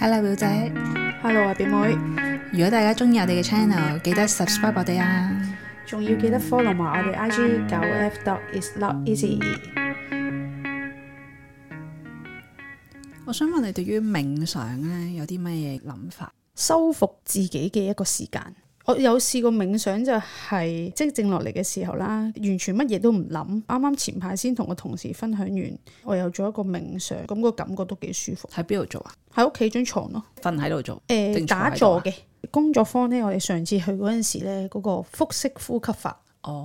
Hello 表姐， Hello 啊，表妹，如果大家中意我哋嘅 channel，記得 subscribe 我哋啊！仲要記得 follow 埋我哋 IG 九 F dot is not easy。我想問你對於冥想咧有啲乜嘢諗法？修復自己嘅一個時間，我有試過冥想就係、即係靜落嚟嘅時候啦，完全乜嘢都唔諗。啱啱前排先同個同事分享完，我又做一個冥想，咁、個感覺都幾舒服。喺邊度做啊？喺屋企張床咯，瞓喺度做。誒、定坐喺度啊打坐嘅工作坊呢，我哋上次去嗰陣時咧，嗰、個腹式呼吸法。哦，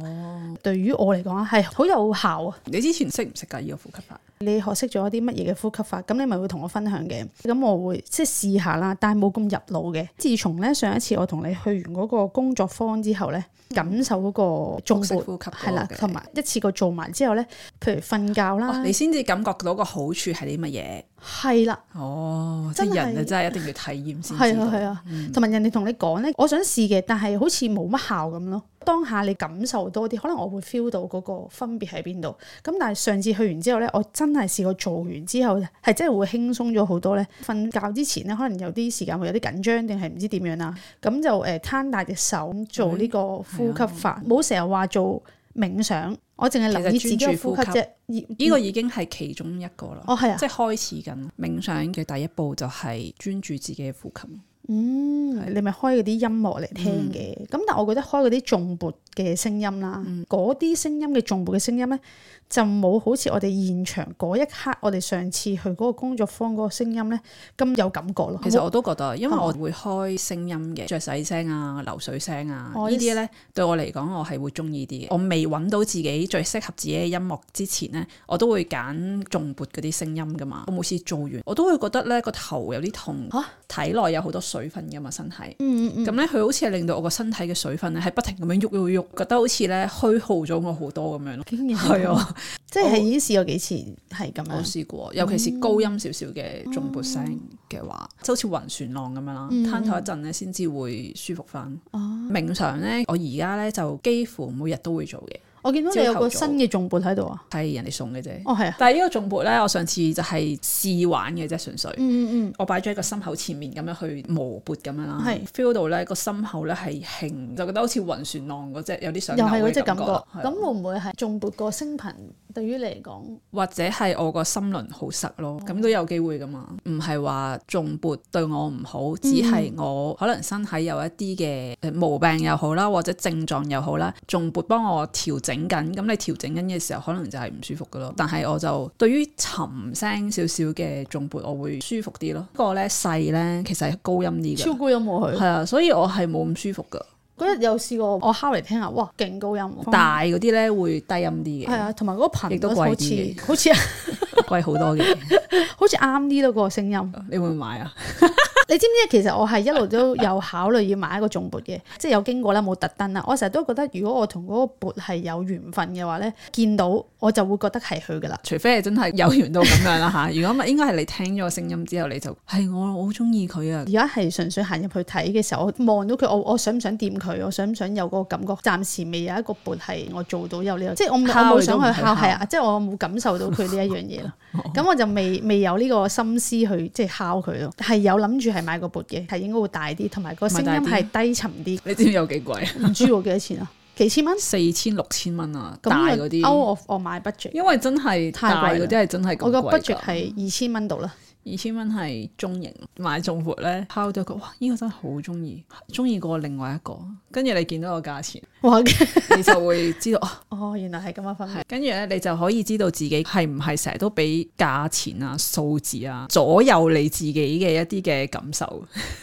對於我嚟講啊係好有效啊！你之前識唔識㗎？呢個呼吸法？你學識咗一啲乜嘢嘅呼吸法，咁你咪會同我分享嘅。咁我會即係試下啦，但係冇咁入腦嘅。自從咧上一次我同你去完嗰個工作坊之後咧，感受嗰個重腹式撥呼吸嗰個係啦嘅，同埋一次過做埋之後咧，譬如瞓覺哦啦你，先至感覺到個好處係啲乜嘢？係啦，哦，即係真係人啊，真係一定要體驗先知係啊，係道。嗯啊，同埋人哋同你講咧，我想試嘅，但係好似冇乜效咁咯。當下你感受多啲，可能我會 feel 到嗰個分別喺邊度。咁但係上次去完之後咧，我真係試過做完之後係真係會輕鬆咗好多咧。瞓覺之前咧，可能有啲時間會有啲緊張，定係唔知點樣啦。咁就誒攤大隻手做嗯呢個呼啊吸法，冇成日話做冥想，我淨係留意自己嘅呼吸啫。呢呢個已經係其中一個啦。哦係啊即係開始緊冥想嘅第一步就係專注自己嘅呼吸。嗯，你咪開嗰啲音樂嚟聽嘅，嗯咁、但我覺得開嗰啲重撥嘅聲音啦，嗰啲、聲音嘅重撥嘅聲音咧，就冇好似我哋現場嗰一刻，我哋上次去嗰個工作坊嗰個聲音咧咁有感覺咯。其實我都覺得，因為係我會開聲音嘅，雀仔聲啊、流水聲啊，哦呢啲呢對我嚟講，我係會中意啲嘅。我未揾到自己最適合自己嘅音樂之前呢，我都會揀重撥嗰啲聲音噶嘛。我每次做完，我都會覺得呢個頭有啲痛嚇，體內有好多水分噶嘛，身體。嗯嗯咁咧，佢好似係令到我個身體嘅水分咧，係不停咁樣喐喐喐，覺得好似咧虛耗咗我好多咁樣 咯。嗯， 係啊，啊，即係已經試過幾次係咁我樣。試過，尤其是嗯高音少少嘅重撥聲嘅話，就好似暈船浪咁樣啦，嗯攤咗一陣咧，先至會舒服翻。哦，冥想咧，我而家咧就幾乎每日都會做嘅，我見到你有個新嘅重撥喺度啊。係人哋送嘅啫。哦，係啊，但係呢個重撥咧，我上次就係試玩嘅啫，純粹。嗯嗯我擺咗喺個心口前面咁樣去磨撥咁樣啦係，feel 到咧個心口咧係興，就覺得好似暈船浪嗰只，有啲嗯，想又流係嗰隻嘅感感覺。覺。咁係啊會唔會係重撥個聲頻對於你嚟講？或者係我個心輪好塞咯，哦咁都有機會噶嘛。唔係話重撥對我唔嗯好，只係我可能身體有一啲嘅誒毛病又好啦，或者症狀又好啦，重撥幫我調整緊。咁你調整緊嘅時候，可能就係唔舒服噶咯。但係我就對於沉聲少少嘅重撥，我會舒服啲咯。不過咧細咧，其實係高音啲超嘅，高音喎佢。係啊，所以我係冇咁舒服噶。嗰日有試過，我敲嚟聽下，哇，勁高音，大嗰啲咧會低音啲哦係嘅，啊，同埋嗰個頻亦率都好貴似啲好似貴好多嘅。 好似啱啲咯個聲音。你會唔會買啊？你知唔知其實我係一路都有考慮要買一個重撥嘅，即係有經過啦，冇特登啦。我成日都覺得，如果我同嗰個撥係有緣分嘅話咧，見到我就會覺得係佢噶啦。除非係真係有緣到咁樣啦 吓，如果唔係，應該係你聽咗個聲音之後，你就係我我好中意佢啊而。家係純粹行入去睇嘅時候，我望到佢，我我想唔想掂佢，我想唔想有嗰個感覺？暫時未有一個撥係我做到有呢、個，即係我冇敲我你冇都想唔去去敲，敲係啊，即係我冇感受到佢呢一樣嘢 咯。咁我就未未有呢個心思去即係敲佢咯。係有諗住係買個撥嘅，係應該會大啲，同埋個聲音咪係低沉啲，你知唔知有幾貴？唔知喎幾多錢 啊？幾千蚊？四千六千蚊啊，咁大我嗰 out 啲， of 我買 budget，因為真係太貴啦大嗰啲係真係咁我個貴 budget 㗎。係二千蚊度啦。二千蚊係中型買中闊咧，拋咗佢，哇！呢、個真係好中意，中意過另外一個。跟住你見到個價 錢，哇！ 你就會知道哦。哦，原來係咁嘅分別。跟住咧，你就可以知道自己係唔係成日都俾價錢啊、數字啊左右你自己嘅一啲嘅感受。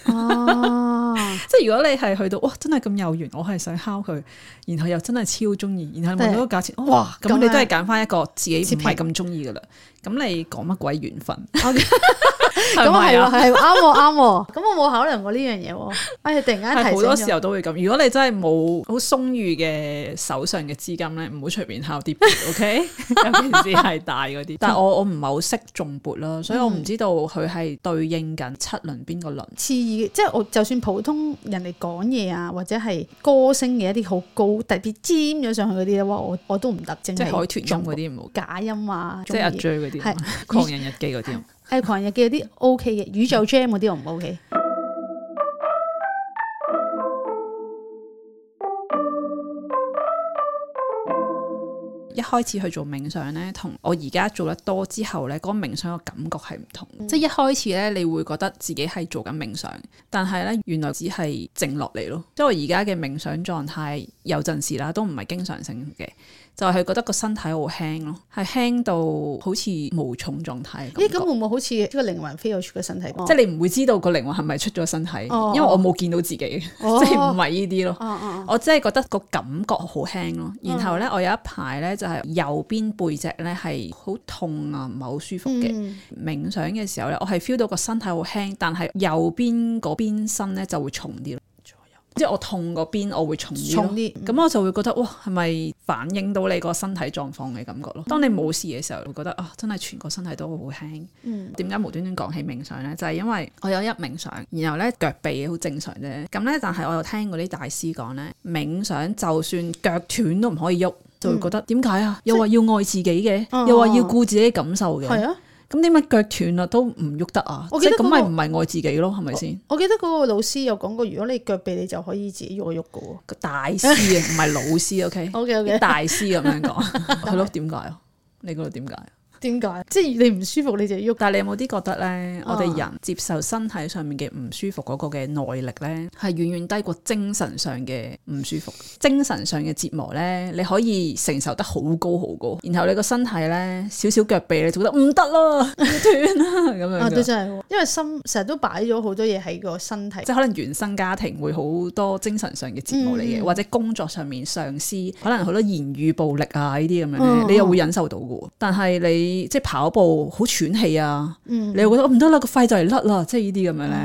哦，即係如果你係去到哇，真係咁有緣，我係想敲佢，然後又真係超中意，然後你問到個價錢，哇，咁咁你都啊係揀翻一個自己切唔皮係咁中意噶啦。咁你講乜鬼緣分？ 咁咁啊係喎，係喎啱 喎，啱喎。咁我冇考量過呢樣嘢喎。哎，突然間係提好多醒時咗。候都會咁。如果你真係冇好鬆裕嘅手上嘅資金咧，唔好隨便敲啲撥 ，OK？尤其是係大嗰啲。嗯但係我我唔係好識重撥啦，所以我唔知道佢係對應緊七輪邊個輪。次意，即係我就算普通人哋講嘢啊，或者係歌聲嘅一啲好高，特別尖咗上去嗰啲咧，哇！我我都唔得，淨即係海豚重音嗰啲唔好，假音啊，即係阿 J 嗰嗰啲啊係嘛，狂人日記嗰啲啊嘛。誒狂人日記嗰啲 O K 嘅，宇宙嗯 Jam 嗰啲我唔 O K。一開始去做冥想咧，同我而家做得多之後咧，嗰、個冥想嘅感覺係唔同。即係一開始咧，你會覺得自己係做緊冥想，但係咧原來只係靜落嚟咯。即係我而家嘅冥想狀態，有陣時啦，都唔係經常性嘅，就係、覺得個身體好輕咯，係輕到好似無重狀態嘅咦，咁感會覺。唔會好似呢個靈魂飛咗出嘅身體？即係你唔會知道個靈魂係咪出咗身體，哦因為我冇見到自己，哦 即係唔係呢啲咯。哦哦嗯我真係覺得個感覺好輕咯。然後咧，我有一排咧就係右邊背脊咧係好痛啊，唔係好舒服嘅。嗯冥想嘅時候咧，我係 feel 到個身體好輕，但係右邊嗰邊身咧就會重啲咯。即係我痛嗰邊，我會重啲咯重啲嗯咁我就會覺得哇，係咪反映到你個身體狀況嘅感覺咯？當你冇事嘅時候，會覺得啊，真係全個身體都好輕。嗯點解無端端講起冥想呢？就係、因為我有一日冥想，然後呢腳痹好正常啫。咁呢，但係我又聽嗰啲大師講呢，冥想就算腳斷都唔可以喐，就會覺得點解啊？又話要愛自己嘅，嗯又話要顧自己感受嘅，係啊！咁點解腳斷啦都唔喐得啊？我即記係得咁咪嗰個唔係愛自己咯？係咪先？我記得嗰個老師有講過，如果你腳痹，你就可以自己喐一喐嘅喎。個大師啊， 唔係老師，OK？ O K O 啲 K，大師咁樣講， 係咯？點解啊？你覺得點解？點解？即係你唔舒服你就要喐。但係你有冇啲覺得咧？啊我哋人接受身體上面嘅唔舒服嗰個嘅耐力咧，係遠遠低過精神上嘅唔舒服。精神上嘅折磨咧，你可以承受得好高好高，然後你個身體咧少少腳痹，你就覺得唔得啦， 要斷啦啊，咁都樣㗎。真係喎，因為心成日都擺咗好多嘢喺個身體。即係可能原生家庭會好多精神上嘅折磨嚟嗯嘅，或者工作上面上司可能好多言語暴力啊呢啲咁樣咧，嗯你又會忍受到嘅喎。但係你即係跑步好喘氣啊，嗯你又覺得唔得啦，個肺就嚟甩啦，即係呢啲咁樣咧，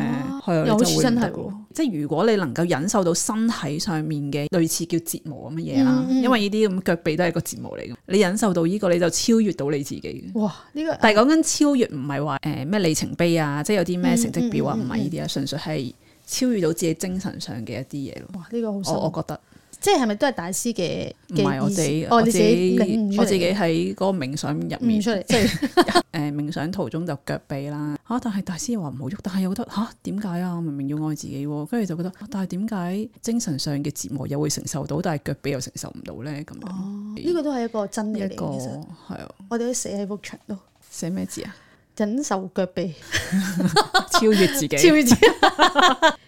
係啊，又好你似就會唔真得係咯喎即係如果你能夠忍受到身體上面嘅類似叫折磨咁嘅嘢啦，嗯嗯因為呢啲咁腳臂都係個折磨嚟嘅，你忍受到呢個你就超越到你自己嘅。哇！呢個但係講緊超越唔係話誒咩里程碑啊，即係有啲咩成績表啊，嗯唔嗯嗯係呢啲啊，純粹係超越到自己精神上嘅一啲嘢咯。哇，呢個好深。我我覺得即係係咪都係大師嘅唔嘅係我意自思己，哦，我你自自己己領悟出我嚟自己喺嗰個冥想入悟面出嚟即係誒、冥想途中就腳痹啦嚇、但係大師又話唔好喐，但係又覺得吓點解啊？我明明要愛自己喎，跟住就覺得，啊但係點解精神上嘅折磨又會承受到，但係腳痹又承受唔到咧？咁樣、哦呢個都係一個真理 一嚟個嘅。其實係啊，我哋都寫喺幅牆度，寫咩字啊？忍受腳 痹。超越自己。超知，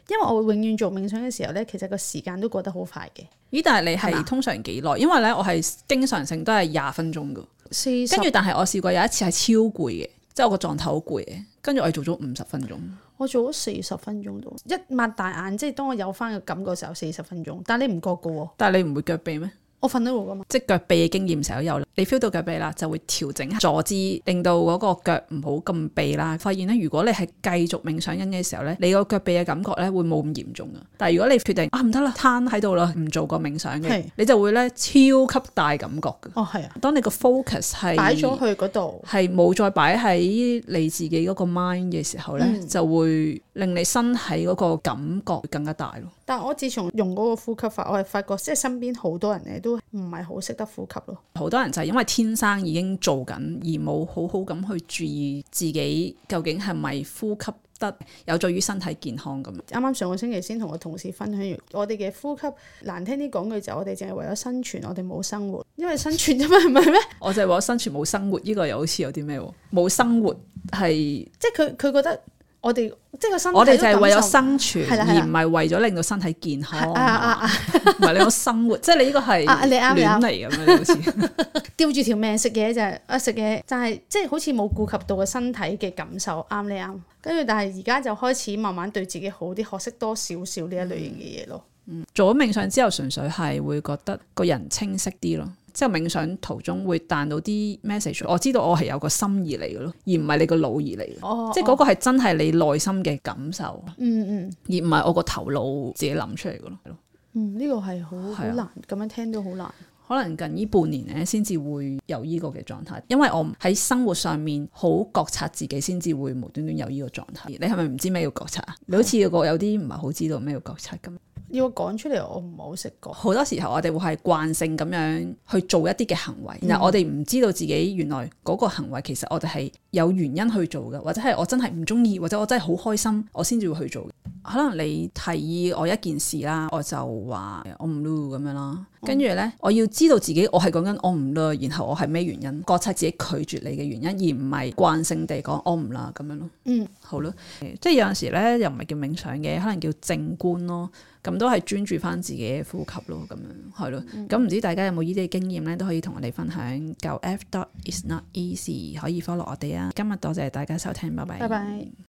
因為我會永遠做冥想嘅時候咧，其實個時間都過得好快嘅，咦？但係你係嘛係通常幾耐？因為咧，我係經常性都係廿分鐘噶。四跟十住，但係我試過有一次係超攰嘅，即係我個狀態好攰嘅。跟住我係做咗五十分鐘。我做咗四十分鐘到，一擘大眼，即係當我有翻個感覺嘅時候，四十分鐘，但係你唔覺噶喎，但係你唔會腳痹咩？我瞓得喎噶嘛，即係腳痹嘅經驗成日都有啦，你 feel 到腳痹啦，就會調整下坐姿，令到嗰個腳唔好咁痹啦。發現咧，如果你係繼續冥想緊嘅時候咧，你個腳痹嘅感覺咧會冇咁嚴重噶。但係如果你決定啊唔得啦，攤喺度啦，唔做個冥想嘅係，你就會咧超級大感覺噶。哦係啊，當你個 focus 係擺咗去嗰度，係冇再擺喺你自己嗰個 mind 嘅時候咧，嗯就會令你身體嗰個感覺更加大咯。但我自從用嗰個呼吸法，我係發覺即係身邊好多人咧都唔係好識得呼吸咯，好多人就係因為天生已經做緊，而冇好好咁去注意自己究竟係咪呼吸得有助於身體健康咁。啱啱上個星期先同我同事分享完，我哋嘅呼吸難聽啲講句就係我哋淨係為咗生存，我哋冇生活，因為生存啫嘛，唔係咩？我就係話生存冇生活，呢、個又好似有啲咩喎？冇生活係即係佢佢覺得我哋即係個身體我哋都啊就係感為咗受生存，係啦係啦而唔係為咗令到身體健康。啊啊啊！唔係你個生活，即係你呢個係啊你啱你亂啱嚟咁樣，好似吊住條命食嘢就係、啊食嘢，但係即係好似冇顧及到個身體嘅感受，啱你啱。跟住但係而家就開始慢慢對自己好啲，學識多少少呢一類型嘅嘢咯。做咗冥想之後，純粹係會覺得個人清晰啲咯。之後冥想途中會彈到啲 message，我知道我係有個心而嚟嘅咯，而唔係你個腦而嚟嘅。哦即係嗰個係真係你內心嘅感受，嗯嗯而唔係我個頭腦自己諗出嚟嘅咯。嗯，呢、個係好好係啊難咁樣聽到好難。可能近呢半年咧，先至會有呢個嘅狀態，因為我喺生活上面好覺察自己，先至會無端端有呢個狀態。你係咪唔知咩叫覺察啊？你好似個有啲唔係好知道咩叫覺察咁。要我講出嚟，我唔係好識講。好多時候我哋會係慣性咁樣去做一啲嘅行為，然後我哋唔知道自己原來嗰個行為其實我哋係有原因去做嘅，或者係我真係唔中意，或者我真係好開心，我先至會去做嘅。可能你提議我一件事啦，我就話呃我唔 do 咁樣啦，跟住呢，我要知道自己我係講緊我唔 do，然後我係咩原因，覺察自己拒絕你嘅原因，而唔係慣性地講我唔啦咁樣咯。嗯，好咯，即係有陣時咧又唔係叫冥想嘅，可能叫靜觀咯。咁都係專注翻自己嘅呼吸咯，咁樣係咯。咁唔、知大家有冇呢啲嘅經驗咧，都可以同我哋分享。9F dot is not easy，可以 follow 我哋啊。今日多謝大家收聽，拜拜。拜拜。